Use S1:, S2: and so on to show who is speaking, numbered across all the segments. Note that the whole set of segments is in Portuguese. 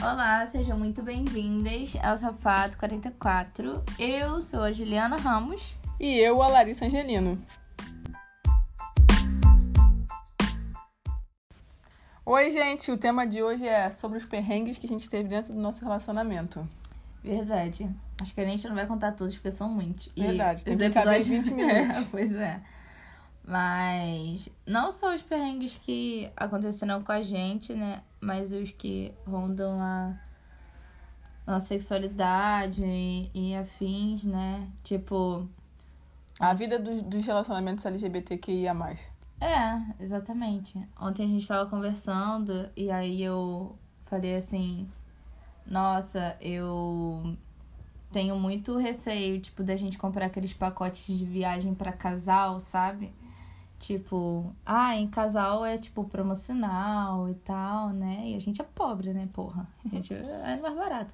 S1: Olá, sejam muito bem-vindas ao Sapato 44. Eu sou a Juliana Ramos.
S2: E eu, a Larissa Angelino. Oi, gente! O tema de hoje é sobre os perrengues que a gente teve dentro do nosso relacionamento.
S1: Verdade. Acho que a gente não vai contar todos, porque são muitos. E
S2: Verdade, tem
S1: os
S2: que caber 20 minutos.
S1: É, pois é. Mas não só os perrengues que aconteceram com a gente, né? Mas os que rondam a nossa sexualidade e, e afins, né? Tipo,
S2: A vida dos, dos relacionamentos LGBTQIA.
S1: É, exatamente. Ontem a gente tava conversando e aí eu falei assim: Nossa, eu tenho muito receio, tipo, da gente comprar aqueles pacotes de viagem pra casal, sabe? Tipo, ah, em casal é tipo promocional e tal, né? E a gente é pobre, né, porra? A gente é mais barato.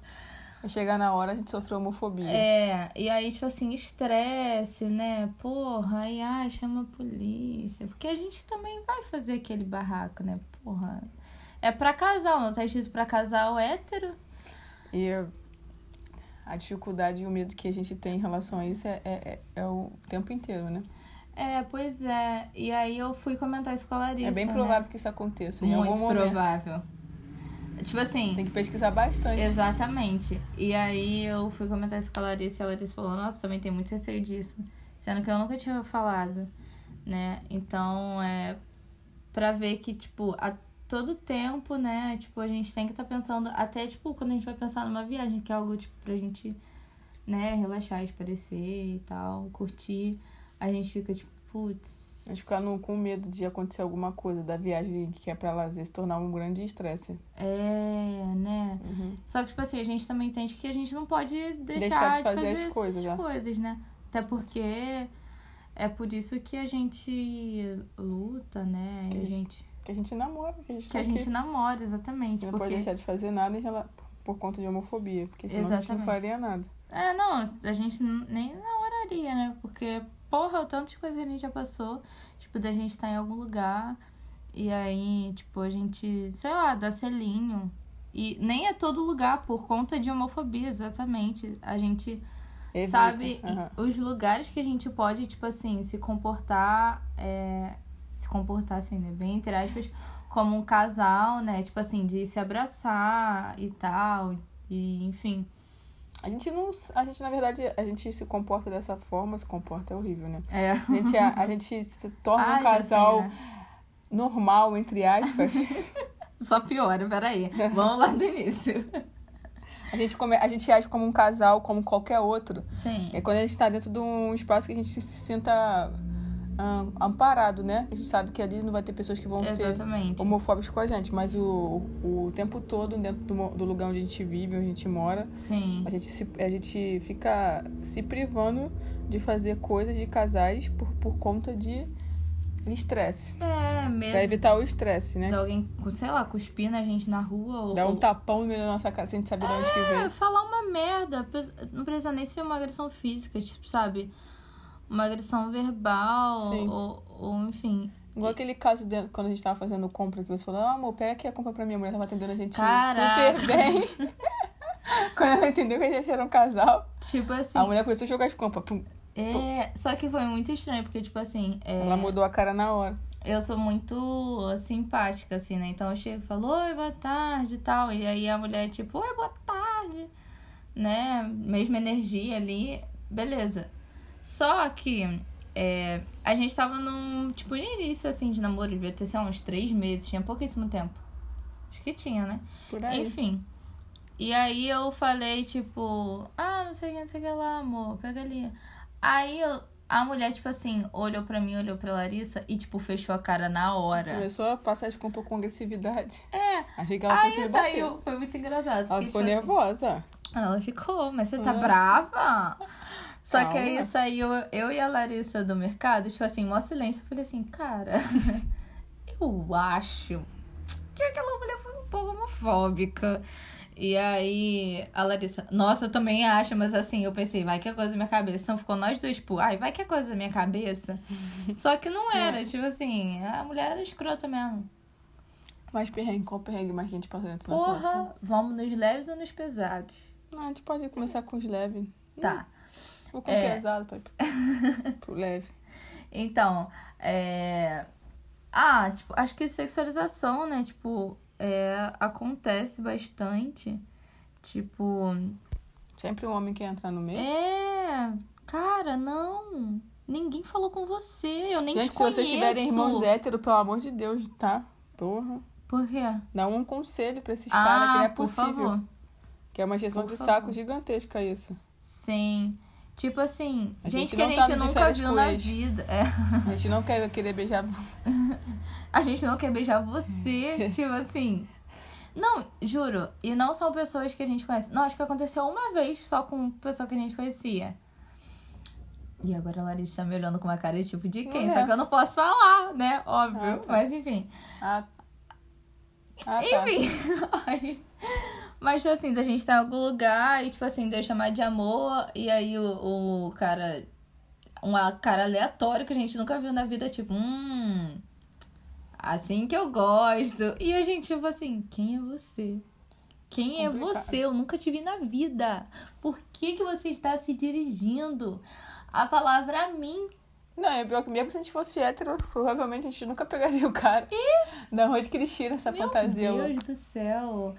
S2: Aí chegar na hora a gente sofreu homofobia.
S1: É, e aí, tipo assim, estresse, né? Porra, aí, ai, chama a polícia. Porque a gente também vai fazer aquele barraco, né? Porra. É pra casal, não tá escrito pra casal hétero?
S2: E a dificuldade e o medo que a gente tem em relação a isso é, é, é- é o tempo inteiro, né?
S1: É, pois é. E aí eu fui comentar isso com a Larissa.
S2: é bem
S1: né?
S2: provável que isso aconteça em
S1: Muito
S2: algum momento.
S1: provável. Tipo assim.
S2: Tem que pesquisar bastante.
S1: Exatamente. E aí eu fui comentar isso com a Larissa e a Larissa falou, nossa, também tem muito receio disso. Sendo que eu nunca tinha falado, né? Então, é pra ver que, tipo, a todo tempo, né? Tipo, a gente tem que estar pensando, até, tipo, quando a gente vai pensar numa viagem, que é algo, tipo, pra gente, né, relaxar, esparecer e tal, curtir. A gente fica, tipo, putz...
S2: A gente fica no- com medo de acontecer alguma coisa da viagem que é pra lazer se tornar um grande estresse.
S1: É, né?
S2: Uhum.
S1: Só que, tipo assim, a gente também entende que a gente não pode deixar,
S2: Deixar de
S1: de
S2: fazer
S1: fazer,
S2: as
S1: essas
S2: coisas, né?
S1: coisas, né? Até porque é por isso que a gente luta, né?
S2: Que
S1: E
S2: a
S1: a
S2: gente-
S1: gente,
S2: Que a gente namora, que a gente
S1: que a
S2: tá aqui.
S1: gente namora, exatamente.
S2: não pode
S1: porque...
S2: deixar de fazer nada em rela- por conta de homofobia, porque senão a gente não
S1: Exatamente.
S2: faria nada.
S1: É, não, a gente n- nem namoraria, né? Porque, porra, o tanto de coisa que a gente já passou, tipo, da gente estar em algum lugar e aí, tipo, a gente, sei lá, dá selinho. E nem é todo lugar, por conta de homofobia, exatamente. A gente
S2: Evita.
S1: Sabe, e
S2: Aham.
S1: os lugares que a gente pode, tipo assim, se comportar, é, se comportar assim, né, bem entre aspas, como um casal, né, tipo assim, de se abraçar e tal, e enfim.
S2: A gente não. A gente, na verdade, a gente se comporta dessa forma, se comporta é horrível, né?
S1: É. assim, né?
S2: A gente, a, a gente se torna
S1: Ai,
S2: um casal
S1: Jacina,
S2: normal, entre aspas.
S1: Só piora, peraí. Vamos lá do início.
S2: A gente, come, a gente age como um casal, como qualquer outro.
S1: Sim.
S2: É quando a gente tá dentro de um espaço que a gente se sinta ah, amparado, né? A gente sabe que ali não vai ter pessoas que vão ser
S1: Exatamente.
S2: homofóbicos com a gente, mas o, o, o tempo todo dentro do, mo- do lugar onde a gente vive, onde a gente mora,
S1: Sim.
S2: a gente, se, a gente fica se privando de fazer coisas de casais por, por conta de estresse.
S1: É, Então,
S2: Pra
S1: mesmo.
S2: evitar o estresse, né?
S1: De alguém, sei lá, cuspir na gente na rua ou.
S2: Dá um
S1: ou-
S2: tapão no meio da nossa cara sem saber de onde que
S1: É,
S2: veio.
S1: falar uma merda. pes- Não precisa nem ser uma agressão física, tipo, sabe? Uma agressão verbal,
S2: Sim.
S1: ou, ou enfim.
S2: Igual aquele caso de- quando a gente tava fazendo compra, que você falou, ah, amor, pega aqui a compra pra minha mulher, tava atendendo a gente
S1: Caraca.
S2: super bem. quando ela entendeu que a gente era um casal,
S1: Tipo assim.
S2: a mulher começou a jogar as compras. Pum,
S1: É, só que foi muito estranho, porque, tipo assim. é,
S2: Ela mudou a cara na hora.
S1: eu sou muito simpática, assim, né? Então eu chego e falo, oi, boa tarde e tal. E aí a mulher, tipo, oi, boa tarde, né? Mesma energia ali, beleza. Só que é, a gente tava num, tipo, no início, assim, de namoro, devia ter, sei lá, uns três meses, tinha pouquíssimo tempo. Acho que tinha, né?
S2: Por aí.
S1: Enfim. E aí eu falei, tipo, ah, não sei o que, não sei o que lá, amor, pega ali. Aí eu- a mulher, tipo assim, olhou pra mim, olhou pra Larissa e, tipo, fechou a cara na hora.
S2: Começou a passar as compras com agressividade.
S1: É.
S2: Achei que ela fosse
S1: Aí
S2: me bater.
S1: saiu, foi muito engraçado.
S2: Ela
S1: porque,
S2: ficou
S1: tipo, assim,
S2: nervosa.
S1: ela ficou, mas você tá
S2: Ah.
S1: brava? Só que aí
S2: Calma.
S1: saiu eu e a Larissa do mercado, tipo assim, mó silêncio. Eu falei assim, cara, eu acho que aquela mulher foi um pouco homofóbica. E aí a Larissa, nossa, eu também acho, mas assim, eu pensei, vai que é coisa da minha cabeça. Então ficou nós dois, tipo, ai, vai que é coisa da minha É. cabeça. Só que não era, tipo assim, a mulher era escrota mesmo.
S2: Mas perrengue, qual perrengue mais que a gente passa dentro da seleção?
S1: Porra, vamos nos leves ou nos pesados?
S2: Não, a gente pode começar com os leves.
S1: Tá.
S2: Vou com
S1: É.
S2: o pesado pra ir pro- pro leve.
S1: Então, é. Ah, tipo, acho que sexualização, né? Tipo, é, acontece bastante. Tipo,
S2: Sempre um homem quer entrar no meio.
S1: é. Cara, não. Ninguém falou com você. Eu nem
S2: gente,
S1: te
S2: se
S1: conheço.
S2: vocês tiverem irmãos é héteros, pelo amor de Deus, tá? Porra.
S1: Por quê?
S2: Dá um conselho pra esses caras
S1: ah,
S2: que não é
S1: por
S2: possível.
S1: favor.
S2: Que é uma gestão
S1: Por
S2: de
S1: favor.
S2: saco gigantesca isso.
S1: Sim. Tipo assim,
S2: A
S1: gente
S2: gente
S1: que a
S2: não tá
S1: gente
S2: no de
S1: nunca
S2: férias
S1: viu
S2: com
S1: na
S2: ex.
S1: vida. É.
S2: A gente não quer querer beijar.
S1: A gente não quer beijar você. tipo assim. Não, juro. E não são pessoas que a gente conhece. Não, acho que aconteceu uma vez só com pessoa que a gente conhecia. E agora a Larissa tá me olhando com uma cara tipo de quem?
S2: Ué.
S1: Só que eu não posso falar, né? Óbvio.
S2: é. Ah, tá.
S1: Mas enfim.
S2: Ah, ah tá.
S1: Enfim. Aí- Mas, tipo assim, da gente tá em algum lugar e, tipo assim, deu chamar de amor. E aí o, o cara. Um cara aleatório que a gente nunca viu na vida, tipo, hum. Assim que eu gosto. E a gente, tipo assim, quem é você? Quem é
S2: Complicado.
S1: você? Eu nunca te vi na vida. Por que, que você está se dirigindo? A palavra a mim.
S2: Não, é pior que mesmo se a gente fosse hétero, provavelmente a gente nunca pegaria o cara. Ih! Da onde que eles tiram essa fantasia?
S1: Meu
S2: louca?
S1: Deus do céu.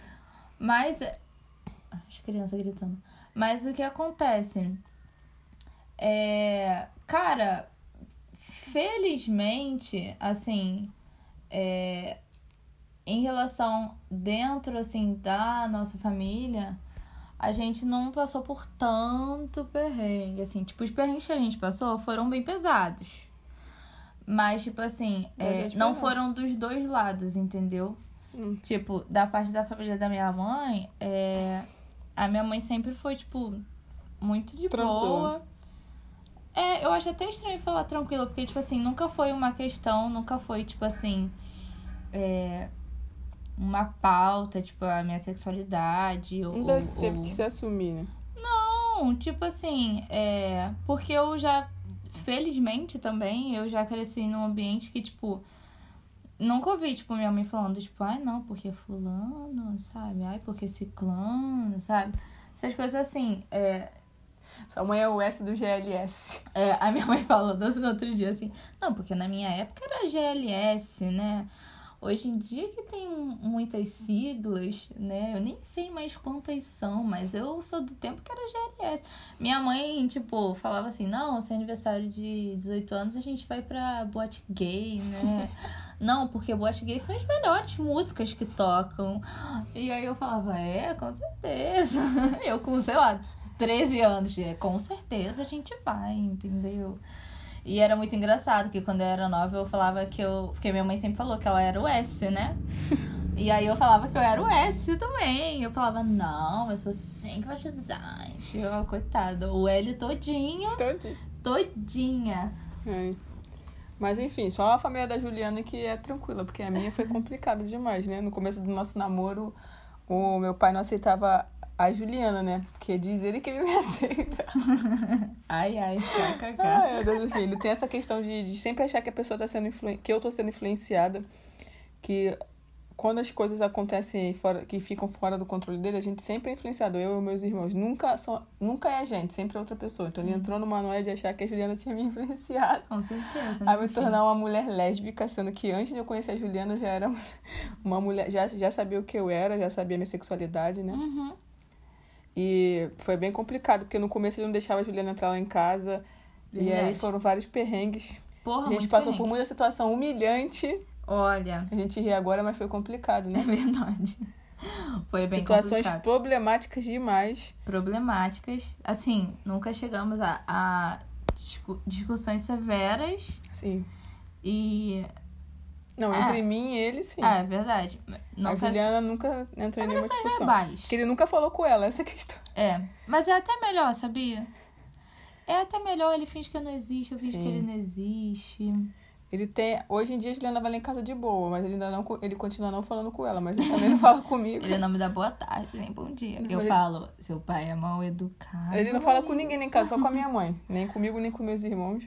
S1: Mas. As crianças gritando. Mas o que acontece? É. Cara, felizmente, assim. É, em relação dentro, assim, da nossa família, a gente não passou por tanto perrengue, assim. Tipo, os perrengues que a gente passou foram bem pesados. Mas, tipo assim, é,
S2: Bastante
S1: não
S2: pesado.
S1: foram dos dois lados, entendeu?
S2: Hum.
S1: Tipo, da parte da família da minha mãe, é, a minha mãe sempre foi, tipo, muito de
S2: Tranquila.
S1: boa. É, eu acho até estranho falar tranquila, porque, tipo assim, nunca foi uma questão, nunca foi, tipo assim, é, uma pauta, tipo, a minha sexualidade. Ou,
S2: Não deve- teve
S1: ou-
S2: que se assumir, né?
S1: Não, tipo assim, é, porque eu já, felizmente também, eu já cresci num ambiente que, tipo, nunca ouvi, tipo, minha mãe falando, tipo, ai não, porque fulano, sabe? Ai, porque ciclano, sabe? Essas coisas assim, é,
S2: Sua mãe é o S do GLS.
S1: É, a minha mãe falou no outro dia assim, não, porque na minha época era GLS, né? Hoje em dia que tem um, muitas siglas, né? Eu nem sei mais quantas são, mas eu sou do tempo que era GLS. Minha mãe, tipo, falava assim, não, se é aniversário de 18 anos, a gente vai pra boate gay, né? não, porque boate gay são as melhores músicas que tocam. E aí eu falava, é, com certeza. eu com, sei lá, 13 anos. é, Com certeza a gente vai, entendeu? E era muito engraçado que quando eu era nova eu falava que eu. Porque minha mãe sempre falou que ela era o S, né? E aí eu falava que eu era o S também. Eu falava, não, eu sou sempre batizante. Eu, coitada, o L todinho,
S2: Tadinho.
S1: todinha.
S2: É. Mas enfim, só a família da Juliana que é tranquila, porque a minha foi complicada demais, né? No começo do nosso namoro, o meu pai não aceitava a Juliana, né? Porque diz ele que ele me aceita.
S1: Ai, ai, kkk.
S2: Ai, meu Deus, enfim, ele tem essa questão de, de sempre achar que a pessoa tá sendo influen... que eu tô sendo influenciada, que quando as coisas acontecem fora, que ficam fora do controle dele, a gente sempre é influenciado. Eu e meus irmãos nunca são, nunca é a gente, sempre é outra pessoa. Então ele entrou numa noia de achar que a Juliana tinha me influenciado
S1: Com certeza.
S2: a
S1: né,
S2: me
S1: filho?
S2: tornar uma mulher lésbica, sendo que antes de eu conhecer a Juliana eu já era uma mulher, já, já sabia o que eu era, já sabia minha sexualidade, né?
S1: Uhum.
S2: E foi bem complicado, porque no começo ele não deixava a Juliana entrar lá em casa. E aí
S1: Verdade.
S2: foram vários perrengues.
S1: Porra,
S2: a gente
S1: muito
S2: passou por
S1: perrengue.
S2: muita situação humilhante.
S1: Olha,
S2: A gente ri agora, mas foi complicado,
S1: é
S2: né?
S1: verdade. Foi bem
S2: Situações
S1: complicado.
S2: problemáticas demais.
S1: problemáticas. Assim, nunca chegamos a, a discu- discussões severas
S2: Sim.
S1: e.
S2: Não,
S1: É.
S2: entre mim e ele, sim.
S1: Ah, é verdade. Não
S2: a
S1: faz
S2: Juliana nunca entrou em nenhuma discussão.
S1: verbais.
S2: Porque ele nunca falou com ela, essa é a questão.
S1: É. Mas é até melhor, sabia? É até melhor, ele finge que eu não existe, eu finge
S2: Sim.
S1: que ele não existe.
S2: Ele tem. Hoje em dia a Juliana vai lá em casa de boa, mas ele ainda não. Ele continua não falando com ela, mas ele também não fala comigo.
S1: Ele não me dá boa tarde, nem bom dia.
S2: Não,
S1: eu
S2: ele-
S1: falo, seu pai é mal educado.
S2: Ele não fala com ninguém lá em casa, só com a minha mãe. Nem comigo, nem com meus irmãos.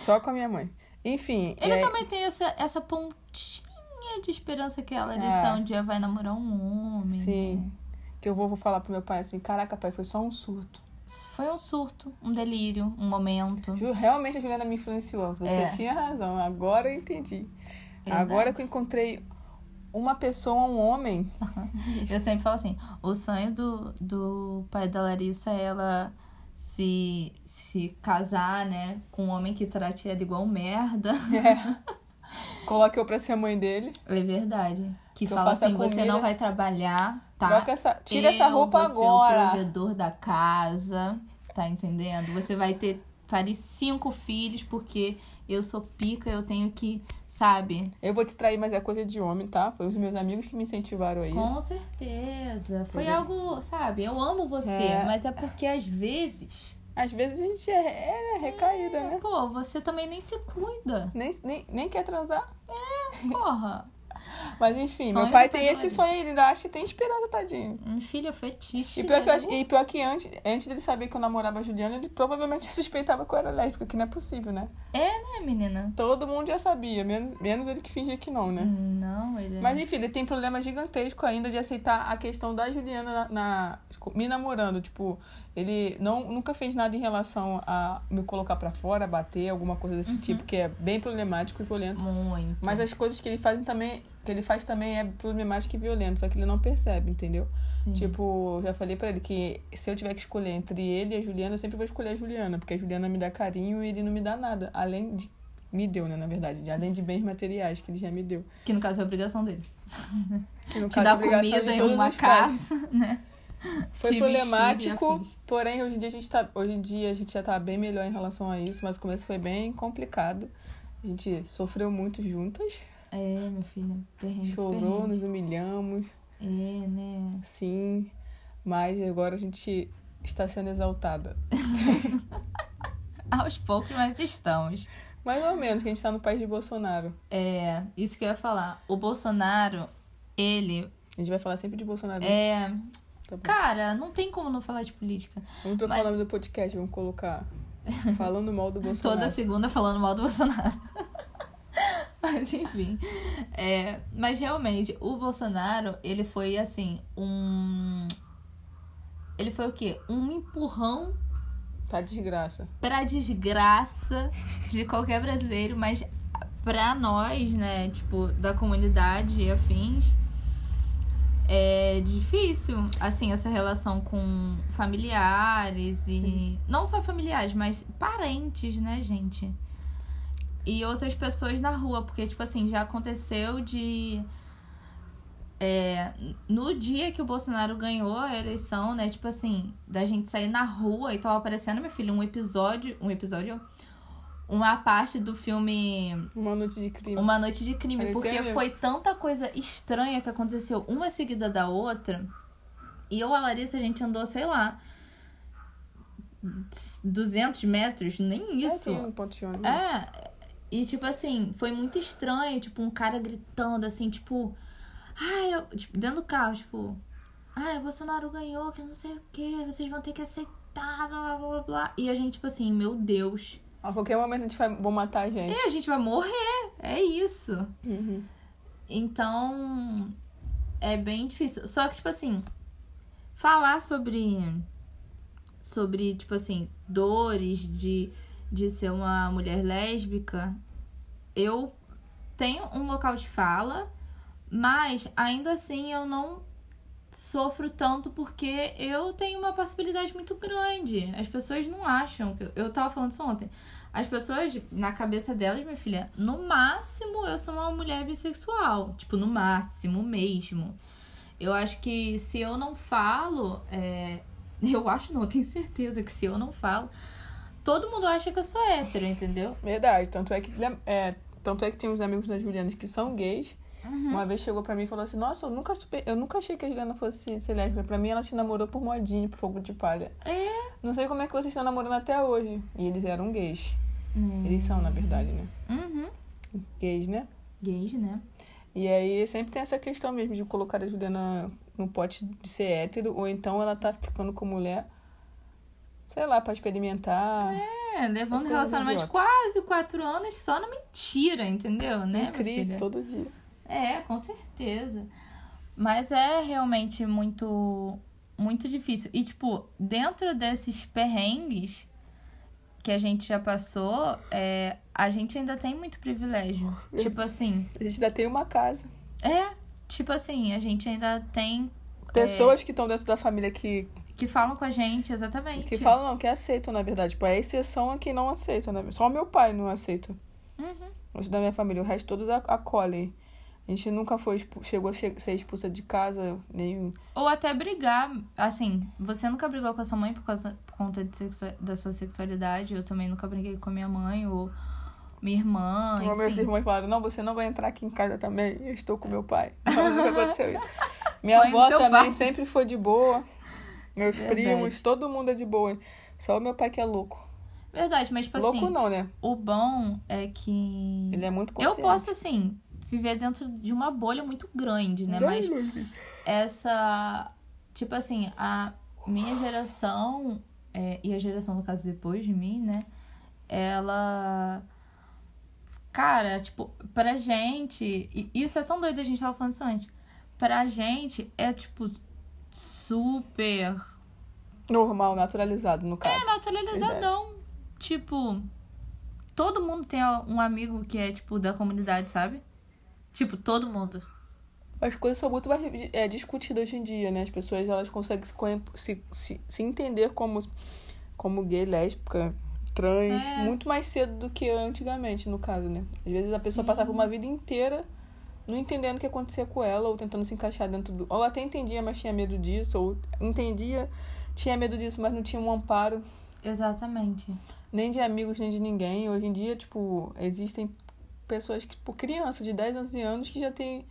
S2: Só com a minha mãe. é, Enfim. e
S1: Ele
S2: aí-
S1: também tem essa, essa pontinha sementinha de esperança que a Larissa
S2: É.
S1: um dia vai namorar um homem.
S2: Sim.
S1: né?
S2: Que eu vou, vou falar pro meu pai assim, caraca, pai, foi só um surto.
S1: Foi um surto, um delírio, um momento.
S2: Ju, realmente a Juliana me influenciou. Você
S1: É.
S2: tinha razão, agora eu entendi.
S1: Verdade.
S2: Agora que eu encontrei uma pessoa, um homem.
S1: Eu sempre falo assim, o sonho do, do pai da Larissa é ela se, se casar, né? Com um homem que trate ela igual merda.
S2: Coloque eu pra ser a mãe dele.
S1: É verdade. Que
S2: Que eu
S1: fala
S2: faça a
S1: assim, você
S2: comida.
S1: não vai trabalhar, tá?
S2: Troca essa, tira essa
S1: Eu vou
S2: roupa
S1: ser o
S2: agora.
S1: provedor da casa, tá entendendo? Você vai ter, pare cinco filhos, porque eu sou pica, eu tenho que, sabe?
S2: Eu vou te trair, mas é coisa de homem, tá? Foi os meus amigos que me incentivaram a É isso.
S1: Com certeza. Foi
S2: Entendeu?
S1: algo, sabe? Eu amo você,
S2: É.
S1: mas é porque às vezes,
S2: Às vezes a gente é, é recaída, né?
S1: pô, você também nem se cuida.
S2: Nem, nem, nem quer transar.
S1: Porra,
S2: Mas enfim,
S1: Sonho
S2: meu pai
S1: do pai
S2: tem
S1: do
S2: esse
S1: Larissa.
S2: sonho, ele ainda acha que tem esperança, tadinho.
S1: um filho fetiche.
S2: E pior, que eu
S1: né?
S2: ach- e pior que antes, antes dele saber que eu namorava a Juliana, ele provavelmente suspeitava que eu era lésbica, que não é possível, né?
S1: É, menina?
S2: Todo mundo já sabia, menos, menos ele que fingia que não, né?
S1: Não, ele... é
S2: Mas enfim, ele tem problema gigantesco ainda de aceitar a questão da Juliana na, na- tipo, me namorando. Tipo, ele não, nunca fez nada em relação a me colocar pra fora, bater, alguma coisa desse tipo, que é bem problemático e violento.
S1: Muito.
S2: Mas as coisas que ele faz também, que ele faz também é problemático e violento, só que ele não percebe, entendeu?
S1: Sim.
S2: Tipo, eu já falei pra ele que se eu tiver que escolher entre ele e a Juliana, eu sempre vou escolher a Juliana, porque a Juliana me dá carinho e ele não me dá nada. Além de. Me deu, né, na verdade. de- Além de bens materiais que ele já me deu.
S1: Que no caso é a obrigação dele.
S2: Que, no
S1: Te
S2: caso,
S1: dar
S2: é obrigação
S1: comida
S2: de
S1: e
S2: todos
S1: uma
S2: os pais.
S1: casa, né?
S2: Foi
S1: te
S2: problemático,
S1: vestir e afins.
S2: porém hoje em dia a gente tá, hoje em dia a gente já tá bem melhor em relação a isso, mas o começo foi bem complicado. A gente sofreu muito juntas,
S1: É, meu filho, perrengue.
S2: chorou, nos humilhamos,
S1: É, né?
S2: sim, mas agora a gente está sendo exaltada.
S1: Aos poucos nós estamos.
S2: Mais ou menos, que a gente tá no país de Bolsonaro.
S1: É, isso que eu ia falar. O Bolsonaro, ele
S2: A gente vai falar sempre de Bolsonaro.
S1: é.
S2: Tá bom.
S1: Cara, não tem como não falar de política.
S2: Vamos trocar
S1: mas-
S2: o nome do podcast, vamos colocar falando mal do Bolsonaro.
S1: Toda segunda falando mal do Bolsonaro. mas enfim. É, mas realmente, o Bolsonaro, ele foi assim, um. Ele foi o quê? Um empurrão
S2: Tá desgraça.
S1: pra desgraça de qualquer brasileiro, mas pra nós, né, tipo, da comunidade e afins, é difícil, assim, essa relação com familiares e. Não só familiares, mas parentes, né, gente? E outras pessoas na rua, porque, tipo assim, já aconteceu de. é, no dia que o Bolsonaro ganhou a eleição, né? Tipo assim, da gente sair na rua e tava aparecendo, meu filho, um episódio. Um episódio? Uma parte do filme
S2: Uma noite de crime.
S1: uma noite de crime,
S2: Parecia
S1: porque
S2: mesmo.
S1: foi tanta coisa estranha que aconteceu uma seguida da outra. E eu, a Larissa, a gente andou, sei lá, 200 metros, nem isso.
S2: É, tinha um ponto de ônibus.
S1: É. E tipo assim, foi muito estranho, tipo, um cara gritando assim, tipo, ai, eu... tipo, dentro do carro, tipo, ai, o Bolsonaro ganhou, que não sei o que, vocês vão ter que aceitar, blá blá blá blá. E a gente, tipo assim, meu Deus.
S2: A qualquer momento a gente vai vão matar a gente.
S1: E a gente vai morrer. É isso.
S2: Uhum.
S1: Então, é bem difícil. Só que, tipo assim, falar sobre, sobre tipo assim, dores de, de ser uma mulher lésbica, eu tenho um local de fala, mas ainda assim eu não sofro tanto porque eu tenho uma possibilidade muito grande. As pessoas não acham que eu, eu tava falando isso ontem. As pessoas, tipo, na cabeça delas, minha filha, no máximo eu sou uma mulher bissexual. Tipo, no máximo mesmo. Eu acho que se eu não falo. é, Eu acho não, eu tenho certeza que se eu não falo, todo mundo acha que eu sou hétero, entendeu?
S2: Verdade, tanto é que é, tanto é que tem uns amigos da Juliana que são gays.
S1: Uhum.
S2: Uma vez chegou pra mim e falou assim: "Nossa, eu nunca supe- eu nunca achei que a Juliana fosse ser lésbica. Pra mim ela se namorou por modinha, por fogo de palha.
S1: É.
S2: Não sei como é que vocês estão namorando até hoje". E eles eram gays. Eles são, na verdade, né?
S1: Uhum.
S2: Gays, né?
S1: Gays, né?
S2: E aí sempre tem essa questão mesmo de colocar a Juliana no pote de ser hétero ou então ela tá ficando com mulher sei lá, pra experimentar.
S1: É, levando
S2: Coisa
S1: relacionamento de
S2: idiota.
S1: quase quatro anos só na mentira, entendeu? Né, minha
S2: crise
S1: filha?
S2: todo dia.
S1: É, com certeza. Mas é realmente muito muito difícil. E tipo, dentro desses perrengues que a gente já passou, é, a gente ainda tem muito privilégio.
S2: Uhum.
S1: Tipo assim,
S2: A gente ainda tem uma casa.
S1: é, tipo assim, a gente ainda tem
S2: Pessoas que estão dentro da família que,
S1: que falam com a gente exatamente.
S2: que falam, não, que aceitam, na verdade. Tipo, a exceção é quem não aceita, né? Só o meu pai não aceita.
S1: Uhum.
S2: Os da minha família, o resto todos a- acolhem. A gente nunca foi expu- chegou a che- ser expulsa de casa, nem.
S1: Ou até brigar, assim, você nunca brigou com a sua mãe por, causa, por conta de sexua- da sua sexualidade, eu também nunca briguei com a minha mãe ou minha irmã,
S2: Como meus
S1: Ah, enfim.
S2: irmãos falaram, não, você não vai entrar aqui em casa também, eu estou com meu pai. Não, nunca aconteceu isso. Minha
S1: Sonho do
S2: avó
S1: seu
S2: também
S1: pai.
S2: sempre foi de boa. Meus
S1: Verdade.
S2: primos, todo mundo é de boa. Só o meu pai que é louco.
S1: Verdade, mas tipo
S2: louco
S1: assim,
S2: não, né?
S1: o bom é que
S2: Ele é muito
S1: eu
S2: consciente.
S1: posso assim viver dentro de uma bolha muito grande, né?
S2: Deus
S1: Mas
S2: me livre.
S1: essa. Tipo assim, a minha geração, é, e a geração, no caso, depois de mim, né? Ela. Cara, tipo, pra gente. e Isso é tão doido, a gente tava falando isso antes. Pra gente é, tipo, super
S2: Normal, naturalizado, no caso.
S1: é naturalizadão. Tipo, todo mundo tem um amigo que é, tipo, da comunidade, sabe? Tipo, todo mundo.
S2: As coisas são muito mais é, discutidas hoje em dia, né? As pessoas elas conseguem se, conhe- se, se, se entender como, como gay, lésbica, trans,
S1: É.
S2: muito mais cedo do que antigamente, no caso, né? Às vezes a pessoa passava uma vida inteira não entendendo o que acontecia com ela, ou tentando se encaixar dentro do. Ou até entendia, mas tinha medo disso, ou entendia, tinha medo disso, mas não tinha um amparo,
S1: Exatamente.
S2: nem de amigos, nem de ninguém. Hoje em dia, tipo, existem pessoas que, tipo, crianças de 10, 11 anos que já tem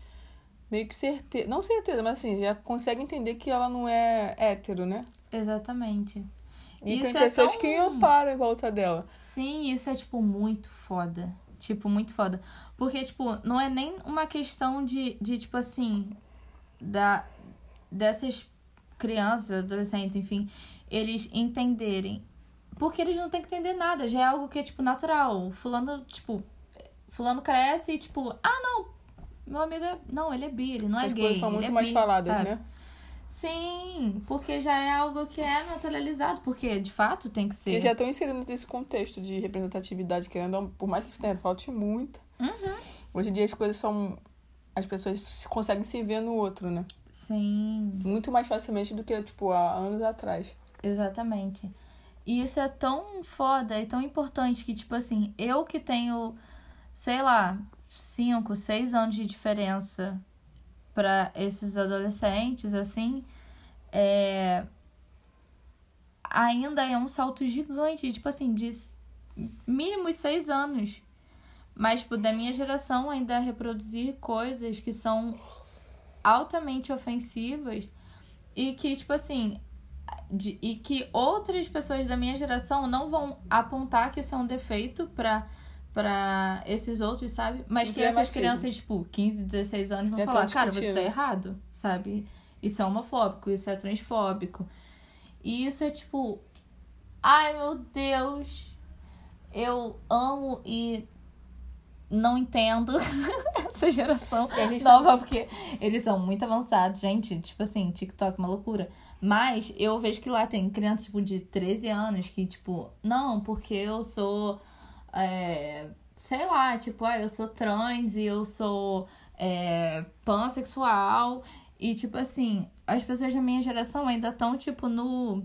S2: meio que certeza, não certeza, mas assim, já consegue entender que ela não é hétero, né?
S1: Exatamente.
S2: E
S1: Isso
S2: tem
S1: é
S2: pessoas
S1: tão-
S2: que amparam em volta dela.
S1: Sim, isso é, tipo, muito foda. Tipo, muito foda. Porque, tipo, não é nem uma questão de, de tipo assim, da, dessas crianças, adolescentes, enfim, eles entenderem. Porque eles não têm que entender nada, já é algo que é, tipo, natural. Fulano, tipo, fulano cresce e, tipo, ah, não, meu amigo é... Não, ele é bi, ele não
S2: Essas
S1: é gay,
S2: coisas são
S1: ele
S2: muito
S1: é
S2: mais
S1: bi,
S2: faladas,
S1: sabe?
S2: né?
S1: Sim, porque já é algo que é naturalizado, porque, de fato, tem que ser.
S2: Que já estão inserindo nesse contexto de representatividade, querendo, ou não, por mais que tenha, falte muito.
S1: Uhum.
S2: Hoje em dia as coisas são. As pessoas se- conseguem se ver no outro, né?
S1: Sim.
S2: Muito mais facilmente do que, tipo, há anos atrás.
S1: Exatamente. E isso é tão foda e tão importante que, tipo assim, eu que tenho, sei lá, 5, 6 anos de diferença pra esses adolescentes, assim, é. Ainda é um salto gigante, tipo assim, de s- mínimo 6 anos. Mas, tipo, da minha geração ainda é reproduzir coisas que são altamente ofensivas e que, tipo assim, de- e que outras pessoas da minha geração não vão apontar que isso é um defeito pra, pra esses outros, sabe? Mas que essas
S2: Problematismo.
S1: crianças, tipo, 15, 16 anos vão
S2: Já tão
S1: falar, cara, você
S2: discutindo."
S1: tá errado, sabe? Isso é homofóbico, isso é transfóbico. E isso é tipo, ai meu Deus, eu amo e não entendo essa geração
S2: E a gente tá-
S1: nova, porque eles são muito avançados, gente. Tipo assim, TikTok é uma loucura. Mas eu vejo que lá tem crianças, tipo, de 13 anos que, tipo, não, porque eu sou. é, sei lá, tipo, ah, eu sou trans e eu sou é, pansexual. E, tipo assim, as pessoas da minha geração ainda estão, tipo, no.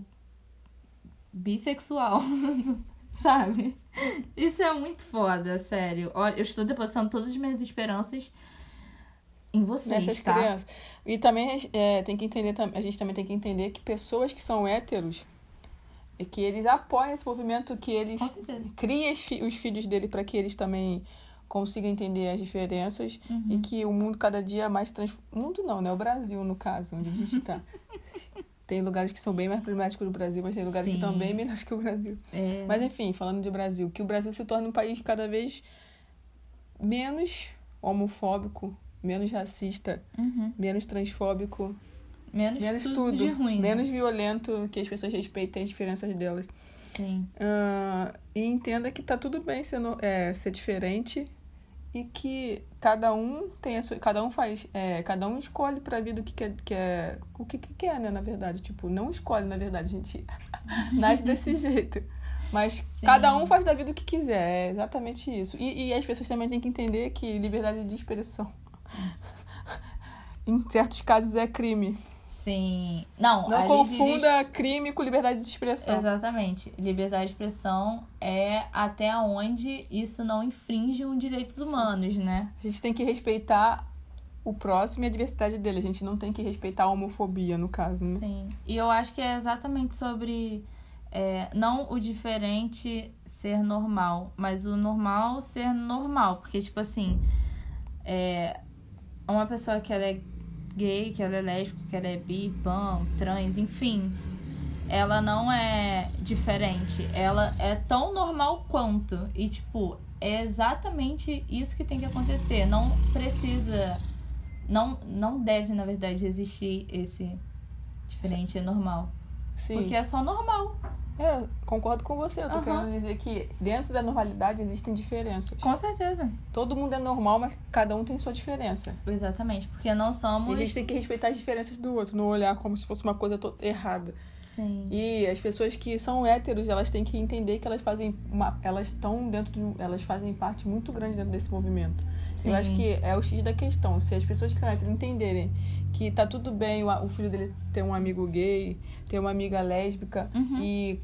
S1: bissexual. Sabe? Isso é muito foda, sério. Olha, eu estou depositando todas as minhas esperanças em vocês,
S2: nessas
S1: tá?
S2: né, crianças. E também é, tem que entender, tam- a gente também tem que entender que pessoas que são héteros e que eles apoiam esse movimento, que eles
S1: Com certeza.
S2: criam os fi- os filhos dele para que eles também consigam entender as diferenças
S1: Uhum.
S2: e que o mundo cada dia é mais trans... mundo não, né? O Brasil no caso, onde a gente está. tem lugares que são bem mais problemáticos do Brasil, mas tem lugares que estão
S1: Sim.
S2: bem melhores que o Brasil.
S1: É,
S2: Mas enfim, falando de Brasil, que o Brasil se torne um país cada vez menos homofóbico, menos racista,
S1: uhum.
S2: menos transfóbico,
S1: menos,
S2: menos
S1: tudo,
S2: tudo,
S1: de ruim. né?
S2: menos violento, que as pessoas respeitem as diferenças delas.
S1: Sim.
S2: Ah, e entenda que tá tudo bem ser, no- é, ser diferente e que cada um tem a sua, cada um faz, é, cada um escolhe para vida o que quer, quer o que, que quer, né, na verdade, tipo, não escolhe, na verdade, a gente nasce desse jeito. Mas Sim. cada um faz da vida o que quiser, é exatamente isso. E, e as pessoas também têm que entender que liberdade de expressão em certos casos é crime.
S1: Sim. Não,
S2: não confunda diz... crime com liberdade de expressão.
S1: Exatamente. Liberdade de expressão é até onde isso não infringe os direitos Sim. humanos, né?
S2: A gente tem que respeitar o próximo e a diversidade dele. A gente não tem que respeitar a homofobia, no caso, né?
S1: Sim. E eu acho que é exatamente sobre. É, não o diferente ser normal, mas o normal ser normal. Porque, tipo assim, é, uma pessoa que ela é gay, que ela é lésbica, que ela é bi, pan, trans, enfim. Ela não é diferente. Ela é tão normal quanto. E, tipo, é exatamente isso que tem que acontecer. Não precisa. Não, não deve, na verdade, existir esse diferente é normal.
S2: Sim.
S1: Porque é só normal.
S2: É, concordo com você. Eu tô
S1: Aham.
S2: querendo dizer que dentro da normalidade existem diferenças.
S1: Com certeza.
S2: Todo mundo é normal, mas cada um tem sua diferença.
S1: Exatamente. Porque não
S2: E a
S1: somos.
S2: gente tem que respeitar as diferenças do outro, não olhar como se fosse uma coisa to- errada.
S1: Sim.
S2: E as pessoas que são héteros, elas têm que entender que elas fazem uma, elas estão dentro de, um- elas fazem parte muito grande dentro desse movimento.
S1: Sim.
S2: Eu acho que é o X da questão. Se as pessoas que são héteros entenderem que tá tudo bem o, o filho deles ter um amigo gay, ter uma amiga lésbica
S1: Uhum.
S2: e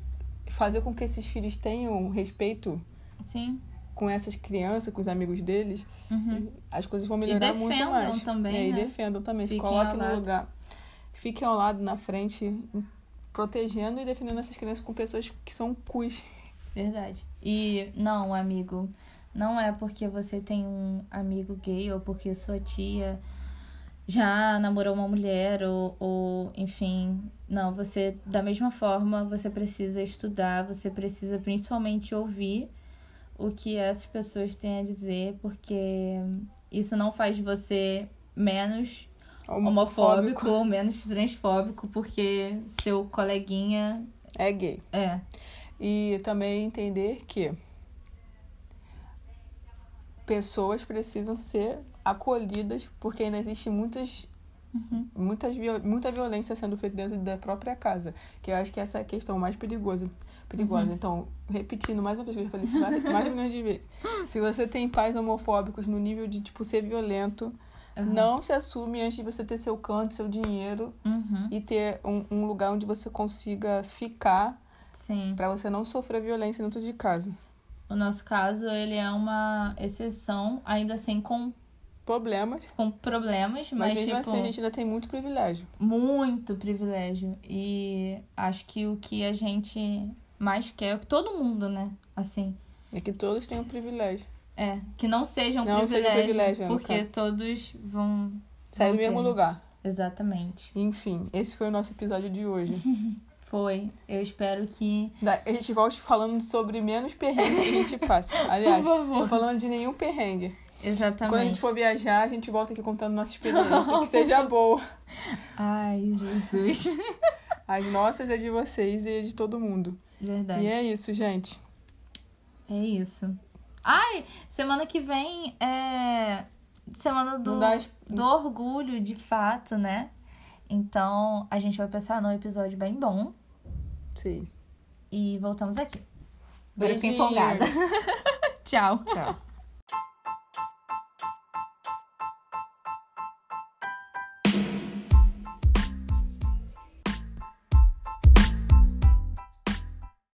S2: fazer com que esses filhos tenham respeito
S1: Sim.
S2: com essas crianças, com os amigos deles,
S1: Uhum.
S2: as coisas vão melhorar muito
S1: defendam
S2: mais.
S1: também,
S2: é, E
S1: né?
S2: defendam também. Se
S1: Fiquem
S2: coloquem
S1: ao
S2: no
S1: lado.
S2: lugar. Fiquem ao lado, na frente, protegendo e defendendo essas crianças com pessoas que são cus.
S1: Verdade. E não, amigo, não é porque você tem um amigo gay ou porque sua tia já namorou uma mulher ou, ou enfim. Não, você, da mesma forma, você precisa estudar, você precisa principalmente ouvir o que essas pessoas têm a dizer, porque isso não faz de você menos homofóbico ou menos transfóbico, porque seu coleguinha
S2: É gay.
S1: é.
S2: E também entender que pessoas precisam ser acolhidas, porque ainda existe muitas. Muitas, viol- muita violência sendo feita dentro da própria casa. Que eu acho que essa é a questão mais perigosa. perigosa. Então, repetindo mais uma vez, que eu já falei isso várias- mais milhões de vezes. Se você tem pais homofóbicos no nível de, tipo, ser violento,
S1: Aham.
S2: não se assume antes de você ter seu canto, seu dinheiro
S1: Uhum.
S2: e ter um, um lugar onde você consiga ficar
S1: Sim.
S2: Pra você não sofrer violência dentro de casa.
S1: O nosso caso, ele é uma exceção, ainda assim com,
S2: Problemas,
S1: com problemas,
S2: mas,
S1: mas,
S2: mesmo
S1: tipo,
S2: assim a gente ainda tem muito privilégio.
S1: muito privilégio. E acho que o que a gente mais quer, o que todo mundo, né? Assim,
S2: É que todos têm um privilégio.
S1: é, que não seja um
S2: Não seja
S1: privilégio,
S2: privilégio, no
S1: porque
S2: caso.
S1: todos vão...
S2: Sai
S1: vão
S2: do mesmo
S1: ter, né?
S2: lugar.
S1: Exatamente.
S2: Enfim, esse foi o nosso episódio de hoje.
S1: Foi. Eu espero que...
S2: Da- a gente volta falando sobre menos perrengue que a gente passa. Aliás,
S1: Por favor.
S2: não falando de nenhum perrengue. Quando a gente
S1: Exatamente.
S2: for viajar, a gente volta aqui contando nossa experiência, que seja boa.
S1: Ai, Jesus.
S2: As nossas, a de vocês e a de todo mundo.
S1: Verdade.
S2: E é isso, gente.
S1: É isso. Ai, semana que vem é semana do,
S2: Não dá es-
S1: do orgulho, de fato, né? Então a gente vai pensar num episódio bem bom
S2: Sim.
S1: e voltamos aqui. Agora eu fiquei
S2: Beijinho.
S1: empolgada. Tchau.
S2: Tchau.